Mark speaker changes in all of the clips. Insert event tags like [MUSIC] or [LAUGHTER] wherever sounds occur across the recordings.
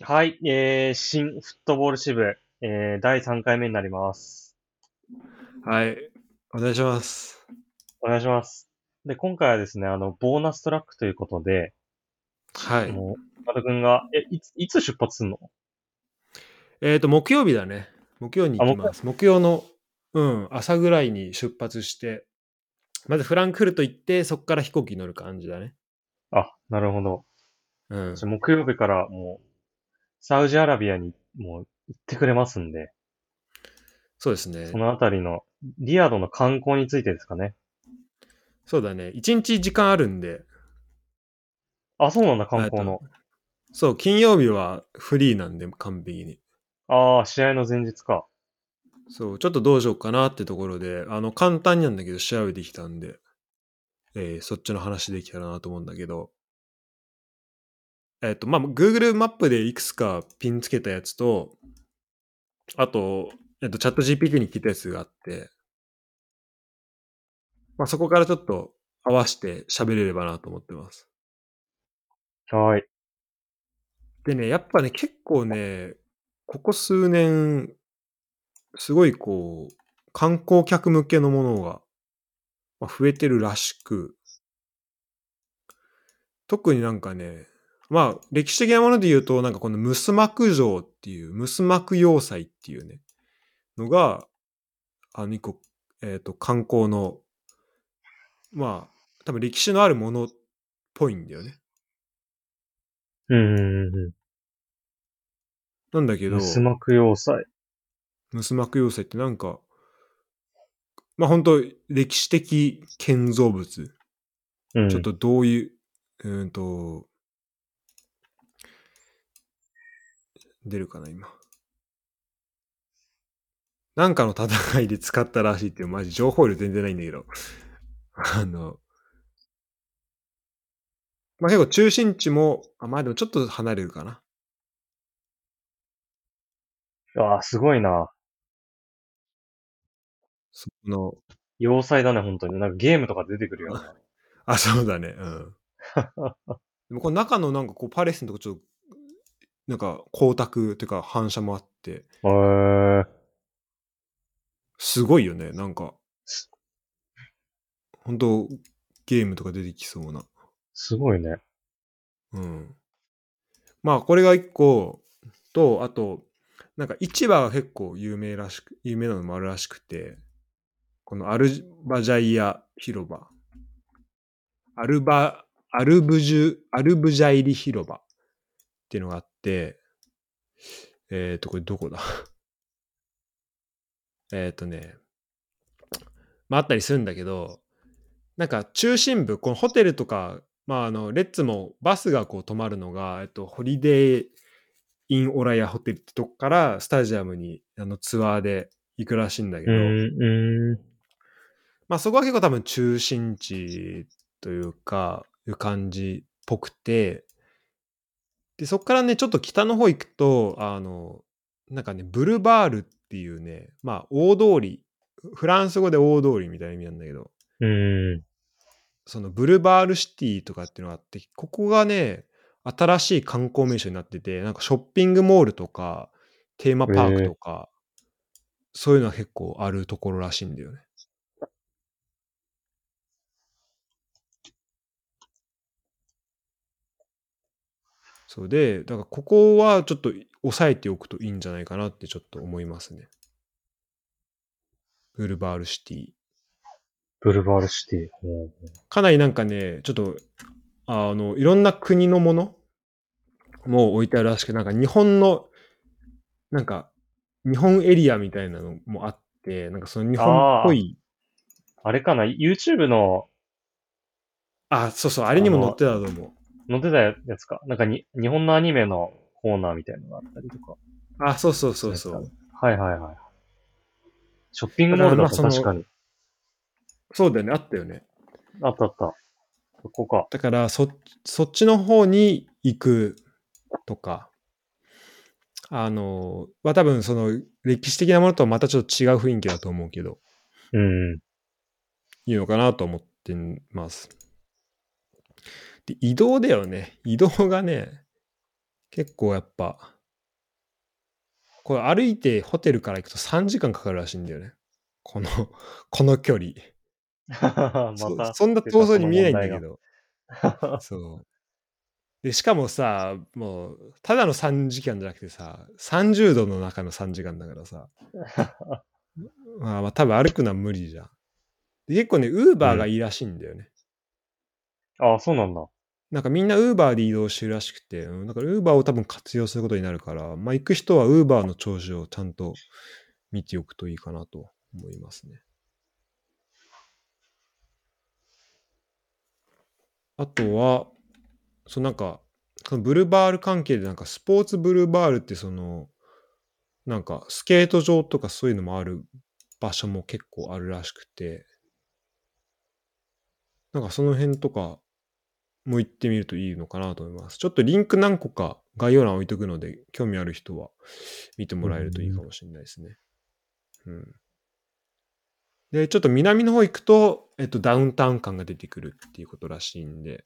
Speaker 1: はい、えー、新フットボール支部、えー、第3回目になります。
Speaker 2: はい、お願いします。
Speaker 1: お願いします。で、今回はですね、あの、ボーナストラックということで、
Speaker 2: はい。も
Speaker 1: う、またくんが、え、いつ、いつ出発すんの
Speaker 2: えっ、ー、と、木曜日だね。木曜に行きます。木曜の、うん、朝ぐらいに出発して、まずフランクフルト行って、そこから飛行機乗る感じだね。
Speaker 1: あ、なるほど。
Speaker 2: うん。じ
Speaker 1: ゃ木曜日からもう、サウジアラビアにもう行ってくれますんで。
Speaker 2: そうですね。
Speaker 1: そのあたりの、リアドの観光についてですかね。
Speaker 2: そうだね。一日時間あるんで。
Speaker 1: あ、そうなんだ、観光の。
Speaker 2: そう、金曜日はフリーなんで、完璧に。
Speaker 1: ああ、試合の前日か。
Speaker 2: そう、ちょっとどうしようかなってところで、あの、簡単になんだけど調べてきたんで、えー、そっちの話できたらなと思うんだけど。えっ、と、まあ、Google マップでいくつかピンつけたやつと、あと、えっ、と、チャット GPT に聞いたやつがあって、まあ、そこからちょっと合わせて喋れればなと思ってます。
Speaker 1: はい。
Speaker 2: でね、やっぱね、結構ね、ここ数年、すごいこう、観光客向けのものが増えてるらしく、特になんかね、まあ、歴史的なもので言うと、なんかこのムスマク城っていう、ムスマク要塞っていうね、のが、あの、一個、えっ、ー、と、観光の、まあ、多分歴史のあるものっぽいんだよね。
Speaker 1: うん。
Speaker 2: なんだけど、ム
Speaker 1: スマク要塞。
Speaker 2: ムスマク要塞ってなんか、まあ本当歴史的建造物。うん、ちょっとどういう、うんと、出るかな、今。なんかの戦いで使ったらしいっていう、マジ情報量全然ないんだけど。あの、まあ、結構中心地も、あまあでもちょっと離れるかな。
Speaker 1: ああ、すごいな。
Speaker 2: その、
Speaker 1: 要塞だね、本当に。なんかゲームとか出てくるよ、ね。
Speaker 2: あ、そうだね、うん。でもこの中のなんかこうパレスのとこちょっとなんか光沢というか反射もあって。
Speaker 1: へー。
Speaker 2: すごいよね、なんか。本当ゲームとか出てきそうな。
Speaker 1: すごいね。
Speaker 2: うん。まあ、これが一個と、あと、なんか市場が結構有名らしく、有名なのもあるらしくて、このアルバジャイア広場。アルバ、アルブジュ、アルブジャイリ広場っていうのがあって、えっ、ー、と、これどこだ [LAUGHS] えっとね、まああったりするんだけど、なんか中心部、このホテルとか、まああの、レッツもバスがこう止まるのが、えっと、ホリデーインオラヤホテルってとこからスタジアムにあのツアーで行くらしいんだけど、まあそこは結構多分中心地というか、いう感じっぽくて、で、そこからね、ちょっと北の方行くと、あの、なんかね、ブルバールっていうね、まあ、大通り、フランス語で大通りみたいな意味なんだけど、
Speaker 1: うん。
Speaker 2: そのブルバールシティとかっていうのがあって、ここがね、新しい観光名所になってて、なんかショッピングモールとか、テーマパークとか、えー、そういうのは結構あるところらしいんだよね。そうで、だからここはちょっと押さえておくといいんじゃないかなってちょっと思いますね。ブルバールシティ。
Speaker 1: ブルバールシティ。
Speaker 2: かなりなんかね、ちょっと、あの、いろんな国のものも置いてあるらしくて、なんか日本の、なんか、日本エリアみたいなのもあって、なんかその日本っぽい。
Speaker 1: あれかな ?YouTube の。
Speaker 2: あ、そうそう、あれにも載ってたと思う。
Speaker 1: 載ってたやつか。なんかに、日本のアニメのコーナーみたいなのがあったりとか。
Speaker 2: あ、そうそうそうそう。
Speaker 1: はいはいはい。ショッピングモールだと確かに。
Speaker 2: そうだよね、あったよね。
Speaker 1: あったあった。そこか。
Speaker 2: だから、そ、そっちの方に行くとか、あの、は多分その歴史的なものとはまたちょっと違う雰囲気だと思うけど、
Speaker 1: うん。
Speaker 2: いいのかなと思ってます。移動だよね。移動がね、結構やっぱ、これ歩いてホテルから行くと3時間かかるらしいんだよね。この、この距離。
Speaker 1: [LAUGHS] ま
Speaker 2: そ
Speaker 1: た。
Speaker 2: そんな遠そうに見えないんだけ
Speaker 1: ど。
Speaker 2: ど。 [LAUGHS] そう。で、しかもさ、もう、ただの3時間じゃなくてさ、30度の中の3時間だから [LAUGHS] さ。まあまあ、多分歩くのは無理じゃん。で結構ね、ウーバーがいいらしいんだよね。
Speaker 1: ああ、そうなんだ。
Speaker 2: なんかみんなウーバーで移動してるらしくて、うんだからウーバーを多分活用することになるから、まあ行く人はウーバーの調子をちゃんと見ておくといいかなと思いますね。あとは、そうなんか、そのブルバール関係でなんかスポーツブルバールってその、なんかスケート場とかそういうのもある場所も結構あるらしくて、なんかその辺とかも行ってみるといいのかなと思います。ちょっとリンク何個か概要欄置いとくので、興味ある人は見てもらえるといいかもしれないですね。うん。で、ちょっと南の方行くと、えっと、ダウンタウン感が出てくるっていうことらしいんで、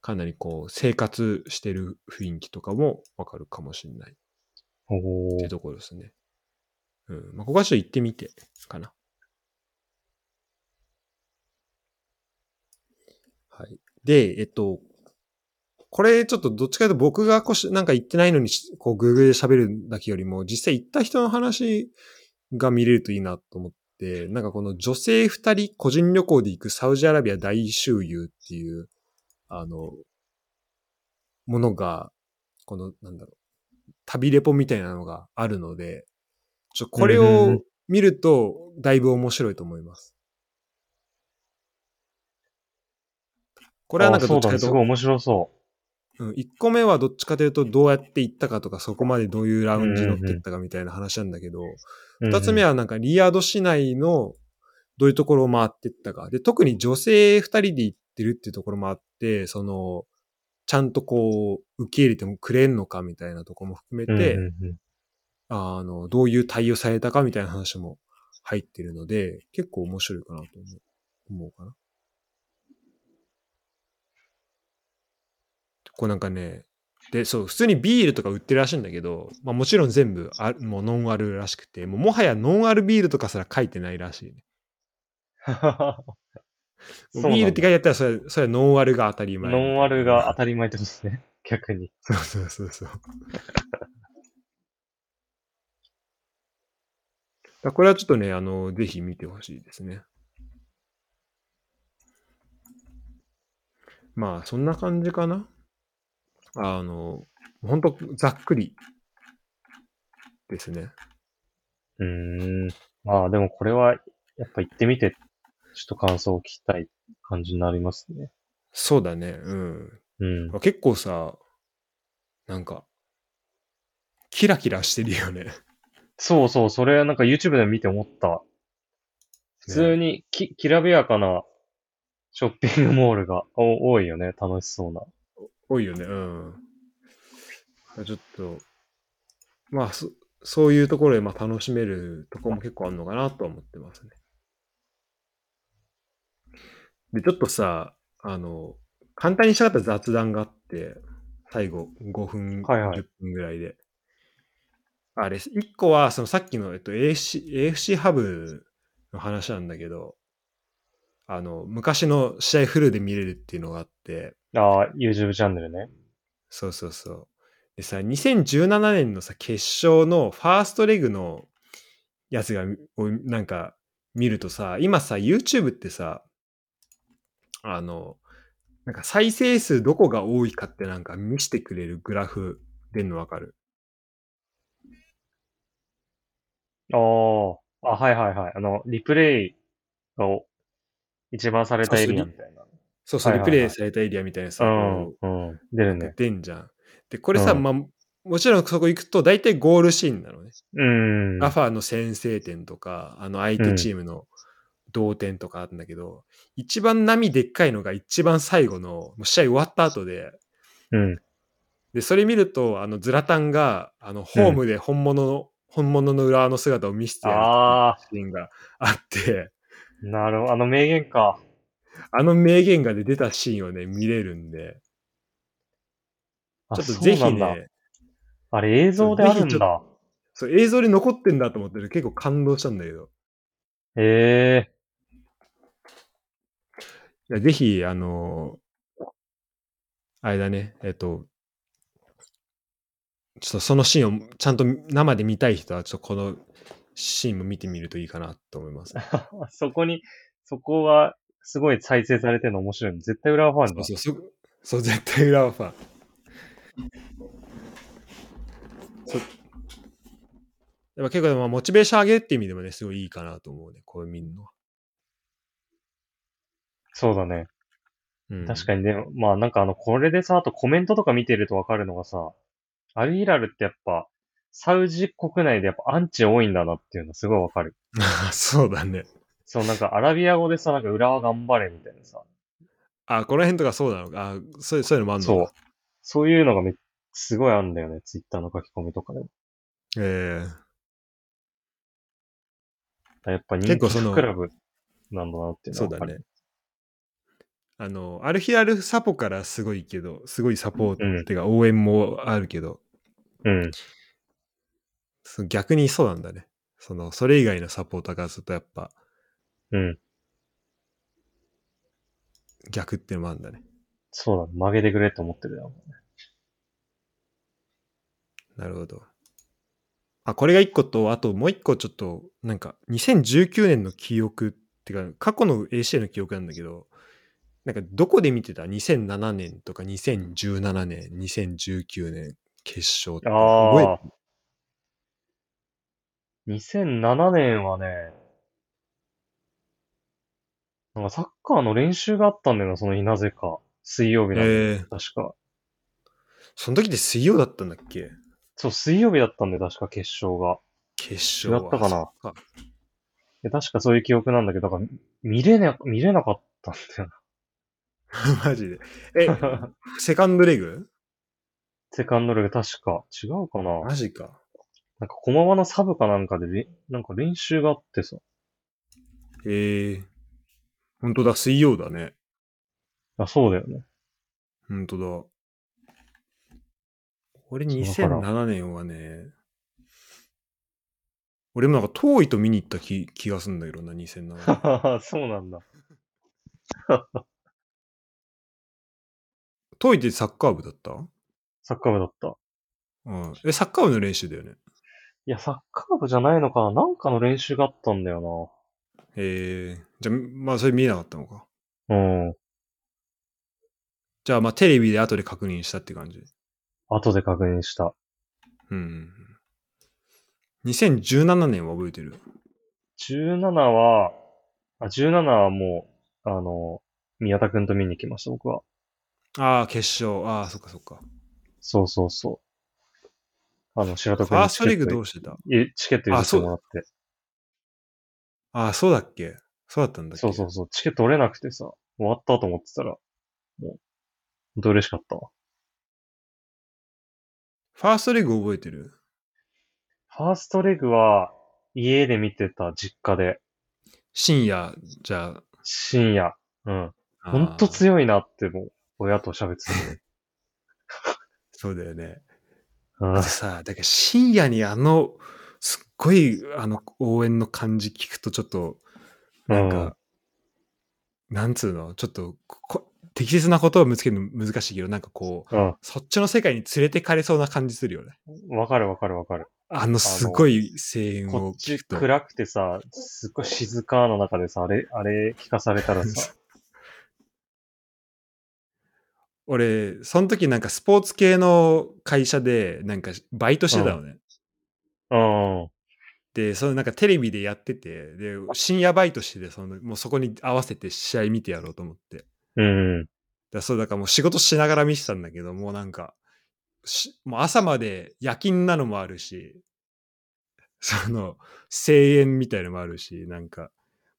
Speaker 2: かなりこう、生活してる雰囲気とかもわかるかもしれない
Speaker 1: お
Speaker 2: ってい
Speaker 1: ー
Speaker 2: うところですね。うん。まあ、ここはちょっと行ってみて、かな。はい。で、えっと、これちょっとどっちかというと僕がこしなんか行ってないのにし、こう Google で喋るだけよりも、実際行った人の話が見れるといいなと思って、なんかこの女性二人個人旅行で行くサウジアラビア大周遊っていう、あの、ものが、この、なんだろう。旅レポみたいなのがあるので、ちょこれ
Speaker 1: うんうんう
Speaker 2: を
Speaker 1: ん
Speaker 2: 見るとだいぶ面白いと思います。これはなんか
Speaker 1: あそ
Speaker 2: ど
Speaker 1: う
Speaker 2: っち
Speaker 1: だ
Speaker 2: かとい
Speaker 1: ね。
Speaker 2: う
Speaker 1: す
Speaker 2: と
Speaker 1: ごい面白そ
Speaker 2: うん、1個目はどっちかというとどうやって行ったかとかそこまでどういうラウンジ乗ってったかみたいな話なんだけど、
Speaker 1: う。
Speaker 2: 2つ目
Speaker 1: は、
Speaker 2: はなんかリヤード市内のどういうところを回ってったか。で、特に女性2人で行ってるっていうところもあって、その、ちゃんとこう、受け入れてもくれんのかみたいなところも含め
Speaker 1: うんうん
Speaker 2: て、
Speaker 1: [LAUGHS] うん
Speaker 2: あの、どういう対応されたかみたいな話も入ってるので、結構面白いかなと思う思うかな。こうなんかね、で、そう、普通にビールとか売ってるらしいんだけど、まあもちろん全部あもうノンアルらしくて、もうもはやノンアルビールとかすら書いてないらしいね、
Speaker 1: そうなんだ
Speaker 2: ビールって書いてあったらそれ、それはノンアルが当たり前。
Speaker 1: ノンアルが当たり前ってことですね。 [LAUGHS] 逆に。
Speaker 2: そうそうそう。だこれはちょっとね、あの、ぜひ見てほしいですね。まあ、そんな感じかな。あの、ほんと、ざっくりですね。
Speaker 1: うーん。まあでもこれは、やっぱ行ってみて、ちょっと感想を聞きたい感じになりますね。
Speaker 2: そうだね、うん。
Speaker 1: うん。
Speaker 2: 結構さ、なんか、キラキラしてるよね。
Speaker 1: そうそう、それはなんか YouTube で見て思った。普通にき、きらびやかなショッピングモールがお多いよね。楽しそうな。
Speaker 2: 多いよね、うん。ちょっと、まあ、そそういうところでまあ楽しめるところも結構あるのかなとは思ってますね。で、ちょっとさ、あの、簡単にしたかった雑談があって、最後5分、
Speaker 1: はいはい
Speaker 2: 10分ぐらいで。あれ、1個は、そのさっきの、えっと、AFC, AFC ハブの話なんだけど、あの、昔の試合フルで見れるっていうのがあって、
Speaker 1: ああ、YouTube チャンネルね。
Speaker 2: そうそうそう。でさ、2017年のさ、決勝のファーストレグのやつが、をなんか見るとさ、今さ、YouTube ってさ、あの、なんか再生数どこが多いかってなんか見せてくれるグラフ出んのわかる
Speaker 1: ああ、あ、はいはいはい。あの、リプレイがお一番されたエリアみたいな。
Speaker 2: そうそう、
Speaker 1: はいはい
Speaker 2: リ
Speaker 1: はい
Speaker 2: プレイされたエリアみたいなさ、こう
Speaker 1: うん、うん。出るね。
Speaker 2: 出んじゃん。で、これさ、
Speaker 1: うん
Speaker 2: まあ、もちろんそこ行くと大体ゴールシーンなのね。
Speaker 1: うん。
Speaker 2: ラファーの先制点とか、あの相手チームの同点とかあるんだけど、一番波でっかいのが一番最後の、もう試合終わった後で、
Speaker 1: うん。
Speaker 2: で、それ見ると、あの、ズラタンが、あの、ホームで本物の、本物の裏の姿を見せてやる
Speaker 1: ああ、
Speaker 2: シーンがあって、
Speaker 1: なるほど。あの名言か。
Speaker 2: あの名言が、ね、出たシーンをね、見れるんで、
Speaker 1: あ
Speaker 2: ちょっと
Speaker 1: そ
Speaker 2: ぜひ
Speaker 1: うなんだ
Speaker 2: ね、
Speaker 1: あれ映像であるん
Speaker 2: ぜひちょ
Speaker 1: だ。
Speaker 2: そう映像に残ってんだと思って結構感動したんだけど、
Speaker 1: ええ
Speaker 2: いやぜひ、あのあれだね、えっと、ちょっとそのシーンをちゃんと生で見たい人は、ちょっとこのシーンも見てみるといいかなと思
Speaker 1: [LAUGHS]
Speaker 2: います。
Speaker 1: そこに、そこは、すごい再生されてるの面白い。絶対浦和ファンだ。
Speaker 2: そうそうそうそう絶対浦和ファンそうやっぱ結構でもまあモチベーション上げるっていう意味でもねすごいいいかなと思うねこういうみんな、
Speaker 1: そうだね。
Speaker 2: うん、
Speaker 1: 確かにね、まあなんかあの、これでさ、あとコメントとか見てるとわかるのがさ、アルヒラルってやっぱ、サウジ国内でやっぱアンチ多いんだなっていうのすごいわかる。
Speaker 2: に [LAUGHS] そうだね
Speaker 1: そうなんかアラビア語でさ、なんか裏は頑張れみたいなさ、
Speaker 2: あこの辺とかそうなのかあそういうそういうのもある
Speaker 1: そ
Speaker 2: のか
Speaker 1: う。そういうのがめすごいあるんだよね、ツイッターの書き込みとかでも。
Speaker 2: えー
Speaker 1: だからやっぱ人
Speaker 2: 結構
Speaker 1: 気
Speaker 2: その
Speaker 1: クラブなんだなっていうの
Speaker 2: そう
Speaker 1: はわ
Speaker 2: だ
Speaker 1: かる。
Speaker 2: ねあのアルヒラルサポからすごいけどすごいサポート、
Speaker 1: うん
Speaker 2: てか応援もあるけど
Speaker 1: うん。
Speaker 2: その逆にそうなんだねそのそれ以外のサポーターからするとやっぱ
Speaker 1: うん。
Speaker 2: 逆っていうのもあるんだね
Speaker 1: そうだね。曲げてくれって思ってるよ。
Speaker 2: なるほど。あ、これが一個と、あともう一個ちょっと、なんか、2019年の記憶っていうか、過去の ACA の記憶なんだけど、なんか、どこで見てた ?2007 年とか2017年、2019年決勝って覚え
Speaker 1: ああ。2007年はね、なんかサッカーの練習があったんだよな、その日なぜか。水曜日だ、
Speaker 2: えー
Speaker 1: 確か。
Speaker 2: その時って水曜だったんだっけ
Speaker 1: そう、水曜日だったんだよ、確か決勝が。
Speaker 2: 決勝は。
Speaker 1: 違ったかな
Speaker 2: そっか [LAUGHS]
Speaker 1: で確かそういう記憶なんだけど、だから見れな、見れなかったんだよ
Speaker 2: マジで。え、
Speaker 1: な。
Speaker 2: セカンドレグ
Speaker 1: [LAUGHS] セカンドレグ確か。違うかな
Speaker 2: マジか。
Speaker 1: なんか駒場のサブかなんかでれ、なんか練習があってさ。
Speaker 2: ええー。本当だ、水曜だね。
Speaker 1: あ、そうだよね。
Speaker 2: 本当だ。俺
Speaker 1: そうだから
Speaker 2: 2007年はね、俺もなんか遠いと見に行った気気がするんだけどな、2007
Speaker 1: [LAUGHS] [LAUGHS]
Speaker 2: 年。
Speaker 1: そうなんだ。
Speaker 2: 遠いってサッカー部だった、
Speaker 1: サッカー部だった。
Speaker 2: うん、え、サッカー部の練習だよね。
Speaker 1: いや、サッカー部じゃないのかななんかの練習があったんだよ
Speaker 2: えー、じゃあ、まあそれ見えなかったのか。
Speaker 1: な。うん。
Speaker 2: じゃあ、まあテレビで後で確認したって感じ。
Speaker 1: 後で確認した。
Speaker 2: うん。2017年は覚えてる。
Speaker 1: 17は、あ、17はもう、あの、宮田くんと見に行きました、僕は。
Speaker 2: ああ、決勝。ああ、そっかそっか。
Speaker 1: そうそうそう。あの、白
Speaker 2: フ
Speaker 1: 戸くん
Speaker 2: ァー
Speaker 1: に
Speaker 2: ス
Speaker 1: チ
Speaker 2: ト
Speaker 1: ケ
Speaker 2: リー
Speaker 1: ッ
Speaker 2: グ
Speaker 1: ト
Speaker 2: ど
Speaker 1: いう
Speaker 2: してた
Speaker 1: えチケット譲ってもらって。
Speaker 2: ああ、そうだっけそうだったんだっけ
Speaker 1: そうそうそう。チケット取れなくてさ、終わったと思ってたら、もう、本当嬉しかったわ。
Speaker 2: ファーストリーグ覚えてる
Speaker 1: ファーストレグは、家で見てた、実家で。
Speaker 2: 深夜、じゃあ
Speaker 1: 深夜。うん。
Speaker 2: あー。
Speaker 1: ほんと強いなって、もう、親と喋ってた。
Speaker 2: そうだよね。
Speaker 1: うん
Speaker 2: [LAUGHS] でさ、だけど深夜にあの、すっごい、あの、応援の感じ聞くとちょっと、なんか、なんつうの、ちょっとここ、適切なことを見つけるの難しいけど、なんかこう、
Speaker 1: うん。
Speaker 2: そっちの世界に連れてかれそうな感じするよね。
Speaker 1: わかるわかるわかる。
Speaker 2: あの、すごい声援
Speaker 1: こ
Speaker 2: を
Speaker 1: っち
Speaker 2: 聞くと。
Speaker 1: 暗くてさ、すっごい静かの中でさ、あれ、あれ聞かされたらさ、
Speaker 2: [LAUGHS] 俺、その時なんかスポーツ系の会社で、なんかバイトしてたのね。
Speaker 1: うん。
Speaker 2: で、そのなんかテレビでやってて、で、深夜バイトしてて、その、もうそこに合わせて試合見てやろうと思って。
Speaker 1: うん。 [LAUGHS]
Speaker 2: だそう、だからもう仕事しながら見てたんだけど、もうなんか、しもう朝まで夜勤なのもあるし、 [LAUGHS] その、声援みたいのもあるし、なんか、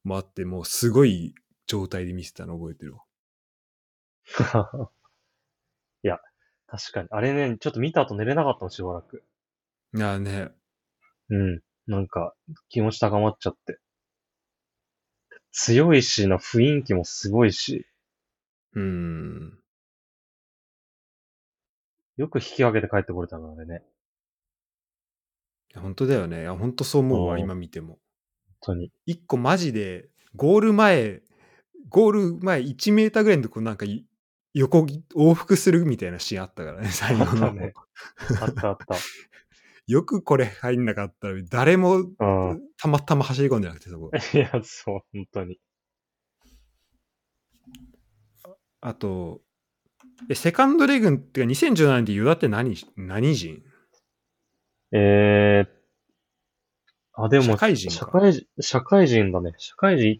Speaker 2: もあって、もうすごい状態で見てたの覚えてるわ。
Speaker 1: いや、確かに。あれね、ちょっと見た後寝れなかったの、しばらく。
Speaker 2: いやね、
Speaker 1: うん。なんか、気持ち高まっちゃって。強いしな、雰囲気もすごいし。
Speaker 2: うん。
Speaker 1: よく引き分けて帰ってこれたのでね。
Speaker 2: いや本当だよね。いや本当そう思う
Speaker 1: う
Speaker 2: わ、
Speaker 1: ん
Speaker 2: 今見ても。
Speaker 1: 本当に。
Speaker 2: 一個マジで、ゴール前、ゴール前1メーターぐらいのとこなんかい横切、往復するみたいなシーンあったからね、最後
Speaker 1: あっ
Speaker 2: の。
Speaker 1: たねあったあった。
Speaker 2: よくこれ入んなかったら、誰も [LAUGHS]
Speaker 1: うん。
Speaker 2: たまたま走り込んでなくて、そこ。
Speaker 1: いや、そう、本当に。
Speaker 2: あと、え、セカンドレグンってか2017年でユダって何し、何人
Speaker 1: えー、あ、でも、
Speaker 2: 社会人か
Speaker 1: 社会人、社会人だね。社会人 1,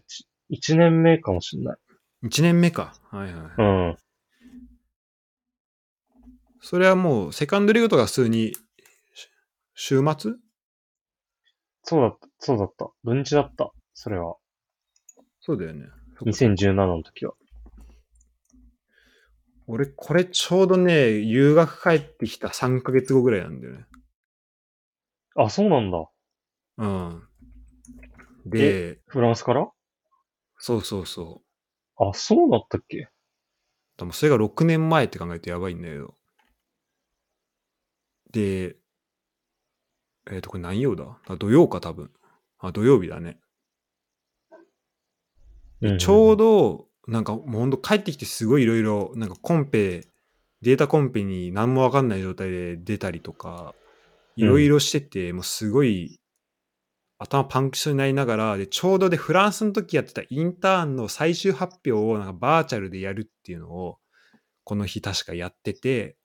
Speaker 1: 一年目かもしんない。
Speaker 2: ?1 年目か。はいはい。
Speaker 1: うん。
Speaker 2: それはもう、セカンドレグンとか普通に、し週末
Speaker 1: そうだった、そうだった。土日だった。それは。
Speaker 2: そうだよね。そっか
Speaker 1: 2017の時は。
Speaker 2: 俺、これちょうどね、留学帰ってきた3ヶ月後ぐらいなんだよね。
Speaker 1: あ、そうなんだ。
Speaker 2: うん。で、
Speaker 1: フランスから
Speaker 2: そうそうそう。
Speaker 1: あ、そうだったっけ
Speaker 2: でもそれが6年前って考えてやばいんだけど。で、えっ、と、これ何曜だあ土曜か多分。あ、土曜日だね。ちょう
Speaker 1: ど。
Speaker 2: ど、なんかもうほんと帰ってきてすごいいろいろ、なんかコンペ、データコンペに何もわかんない状態で出たりとか、いろいろしてて、もうすごい頭パンクしそうになりながら、で、ちょうどでフランスの時やってたインターンの最終発表をなんかバーチャルでやるっていうのを、この日確かやってて、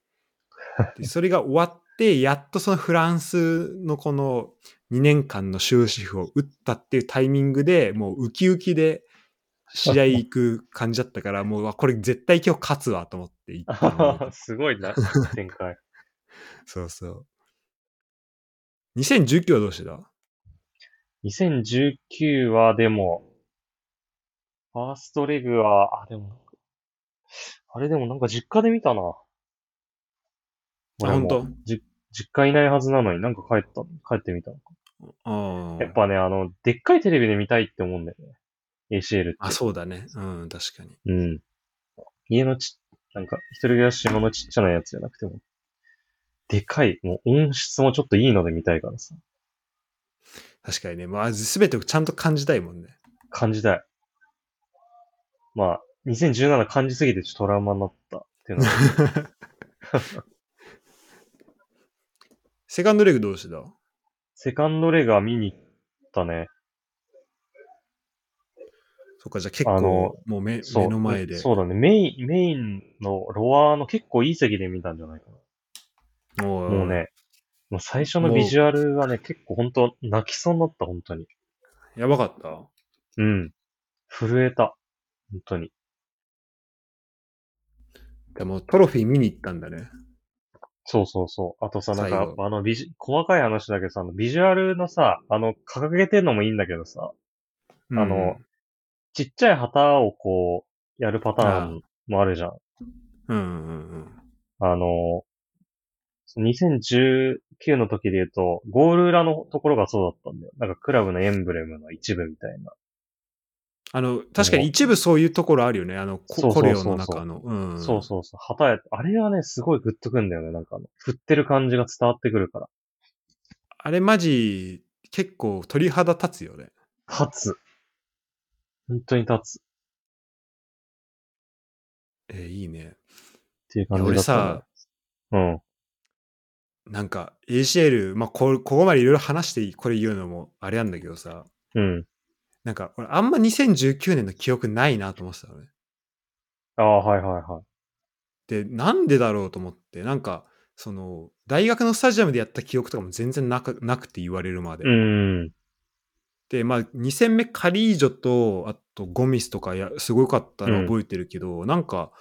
Speaker 2: でそれが終わって、やっとそのフランスのこの2年間の終止符を打ったっていうタイミングでもうウキウキで試合行く感じだった
Speaker 1: [LAUGHS]
Speaker 2: から、もううわこれ絶対今日勝つわと思って行ったのを
Speaker 1: あ [LAUGHS] すごいな、展開。
Speaker 2: そうそう。2019はどうしてた
Speaker 1: 2019はでも、ファーストレグは、あ、でもなんか、あれでもなんか実家で見たな。俺も
Speaker 2: 本当
Speaker 1: じ実家いないはずなのになんか帰った、帰ってみたのか。
Speaker 2: あ
Speaker 1: やっぱね、あの、でっかいテレビで見たいって思うんだよね。ACL って。
Speaker 2: あ、そうだね。うん、確かに。
Speaker 1: うん。家のち、なんか、一人暮らし用のちっちゃなやつじゃなくても、でかい、もう音質もちょっといいので見たいからさ、
Speaker 2: 確かにね。まあ、すべてをちゃんと感じたいもんね。
Speaker 1: 感じたい。まあ、2017感じすぎてちょっとトラウマになったっていうのは、
Speaker 2: セカンドレグどうしてた
Speaker 1: セカンドレガー見に行ったね。
Speaker 2: そっか、じゃあ結
Speaker 1: あ
Speaker 2: 構
Speaker 1: の、
Speaker 2: もう目
Speaker 1: そう
Speaker 2: 目の前で。
Speaker 1: そうだね。メイン、メインのロアの結構いい席で見たんじゃないか
Speaker 2: も
Speaker 1: な。
Speaker 2: う
Speaker 1: もうね、もう最初のビジュアルがね、結構本当泣きそうになった、本当に。
Speaker 2: やばかった。
Speaker 1: うん。震えた。本当に。
Speaker 2: でもトロフィー見に行ったんだね。
Speaker 1: そうそうそう。あとさ、なん
Speaker 2: 最
Speaker 1: か
Speaker 2: 後、
Speaker 1: あの、ビジ、細かい話だけどさ、あのビジュアルのさ、あの、掲げてんのもいいんだけどさ、
Speaker 2: うん
Speaker 1: あの、ちっちゃい旗をこう、やるパターンもあるじゃん。
Speaker 2: うんうんうん。
Speaker 1: あの、2019の時で言うと、ゴール裏のところがそうだったんだよ。なんかクラブのエンブレムの一部みたいな。
Speaker 2: あの、確かに一部そういうところあるよね。あの、
Speaker 1: そ
Speaker 2: コ
Speaker 1: うそ
Speaker 2: コ
Speaker 1: うそう
Speaker 2: レ
Speaker 1: そ
Speaker 2: オ
Speaker 1: う
Speaker 2: の中の。うん。
Speaker 1: そうそうそう。旗や、あれはね、すごいグッとくんだよね。なんかあの、振ってる感じが伝わってくるから。
Speaker 2: あれマジ、結構鳥肌立つよね。
Speaker 1: 立つ。本当に立つ。っ
Speaker 2: えーいいね。
Speaker 1: ていう感じだった、ね。
Speaker 2: 俺さ、
Speaker 1: うん。
Speaker 2: なんか ACL、まあこ、ここまでいろいろ話してこれ言うのもあれなんだけどさ、
Speaker 1: うん。
Speaker 2: なんか俺あんま2019年の記憶ないなと思ってたのね。
Speaker 1: ああ、はいはいはい。
Speaker 2: で、なんでだろうと思って、なんか、その、大学のスタジアムでやった記憶とかも全然なくなくて言われるまで。
Speaker 1: うん。
Speaker 2: で、まあ、2戦目カリージョと、あとゴミスとかや、すごかったの覚えてるけど、なんか、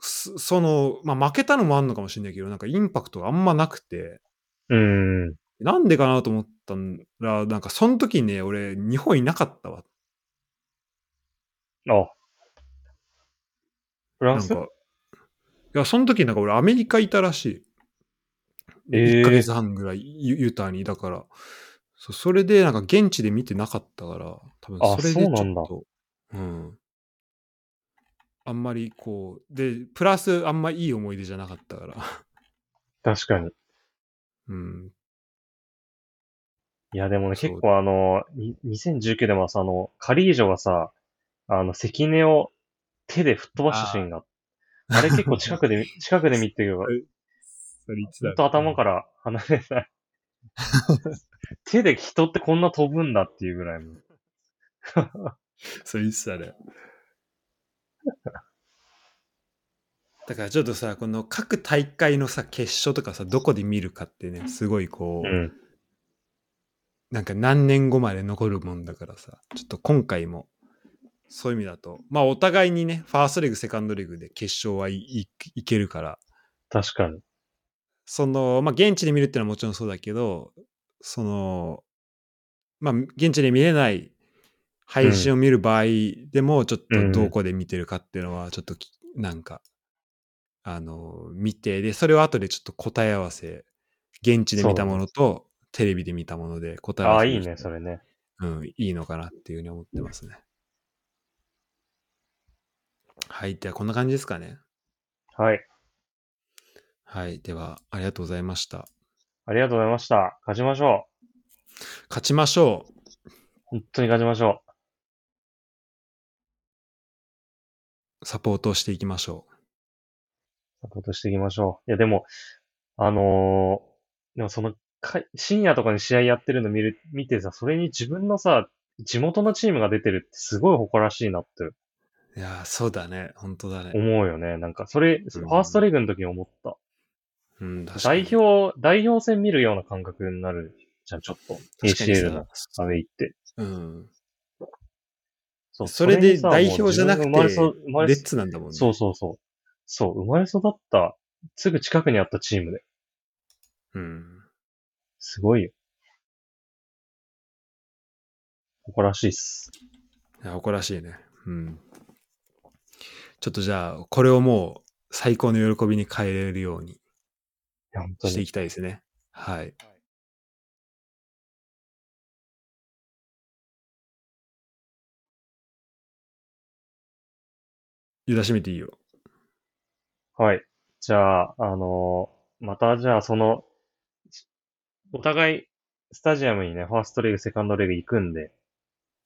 Speaker 2: すその、まあ、負けたのもあんのかもしれないけど、なんかインパクトがあんまなくて、
Speaker 1: うん。
Speaker 2: なんでかなと思ったら、なんかその時ね、俺、日本いなかったわ。
Speaker 1: あ。フラ
Speaker 2: な
Speaker 1: ン
Speaker 2: ん
Speaker 1: ス
Speaker 2: か、いや、その時なんか俺、アメリカいたらしい。
Speaker 1: えー
Speaker 2: 1ヶ月半ぐらい、ユユタに、だから、そそれで、なんか現地で見てなかったから、多分
Speaker 1: あ
Speaker 2: それでち
Speaker 1: そ
Speaker 2: ょ
Speaker 1: う
Speaker 2: っ
Speaker 1: なんだ
Speaker 2: と、うん。あんまりこう、で、プラスあんまいい思い出じゃなかったから。 [LAUGHS]
Speaker 1: 確かに。
Speaker 2: うん。
Speaker 1: いや、でもね、
Speaker 2: そう
Speaker 1: 結構あの、に2019でもさ、あの、カリージョがさ、あの、関根を手で吹っ飛ばしたシーンが、あれ結構近 [LAUGHS] くで見、近くで見てるよ。
Speaker 2: それいつ。
Speaker 1: ずっと頭からら離れ [LAUGHS] ない。手で人ってこんな飛ぶんだっていうぐらいも。
Speaker 2: それいつだね。だからちょっとさ、この各大会のさ、決勝とかさ、どこで見るかってね、すごいこう、
Speaker 1: うん。
Speaker 2: なんか何年後まで残るもんだからさ、ちょっと今回も、そういう意味だと、まあお互いにね、ファーストレグ、セカンドレグで決勝はいいいけるから、
Speaker 1: 確かに。
Speaker 2: その、まあ、現地で見るってのはもちろんそうだけど、その、まあ、現地で見れない配信を見る場合でも、ちょっとどこで見てるかっていうのは、ちょっとき、なんか、あの、見て、で、それを後でちょっと答え合わせ、現地で見たものと、テレビで見たもので答え合
Speaker 1: あ
Speaker 2: わ
Speaker 1: あ、
Speaker 2: せ。
Speaker 1: いいね、それね。
Speaker 2: うん、いいのかなっていうふうに思ってますね。はい、ではこんな感じですかね。
Speaker 1: はい。
Speaker 2: はい、では、ありがとうございました。
Speaker 1: ありがとうございました。勝ちましょ
Speaker 2: 勝ちましょう
Speaker 1: う。本当に勝ちましょう。
Speaker 2: サポートをしていきましょ
Speaker 1: サポートしていきましょう。いや、でも、あのーでもその、か深夜とかに試合やってるの見る、見てさ、それに自分のさ、地元のチームが出てるってすごい誇らしいなって
Speaker 2: う。いやー、そうだね。本当だね。
Speaker 1: 思うよね。なんか、それ、ファーストレグの時に思った。
Speaker 2: うん、確かに
Speaker 1: 代表、代表戦見るような感覚になるじゃん、ちょっと。
Speaker 2: 確かに
Speaker 1: ACL
Speaker 2: さ
Speaker 1: のアウェイって。
Speaker 2: うん。
Speaker 1: そ
Speaker 2: それで
Speaker 1: にさ
Speaker 2: 代表じゃなくて、
Speaker 1: も
Speaker 2: レ
Speaker 1: う自分が生まれそう生まれ
Speaker 2: ッ
Speaker 1: そう
Speaker 2: ツなんだもんね。
Speaker 1: そうそうそう。そう、生まれ育った、すぐ近くにあったチームで。
Speaker 2: う。うん。
Speaker 1: すごいよ。誇らしいっす。
Speaker 2: いや、誇らしいね。うん。ちょっとじゃあ、これをもう最高の喜びに変えれるように
Speaker 1: いや、本当
Speaker 2: してい
Speaker 1: に。
Speaker 2: きたいですね。はい。ゆだしめていいよ。
Speaker 1: はい。じゃあ、あのーまたじゃあ、その、お互い、スタジアムにね、ファーストレグ、セカンドレグ行くんで、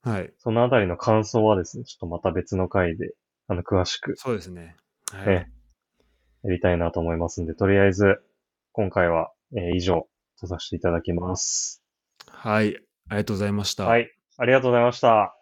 Speaker 2: はい。
Speaker 1: そのあたりの感想はですね、ちょっとまた別の回で、あの、詳しく
Speaker 2: そうですね。はい。
Speaker 1: ねやりたいなと思いますんで、とりあえず、今回は、えー以上とさせていただきます。
Speaker 2: はい。ありがとうございました。
Speaker 1: はい。ありがとうございました。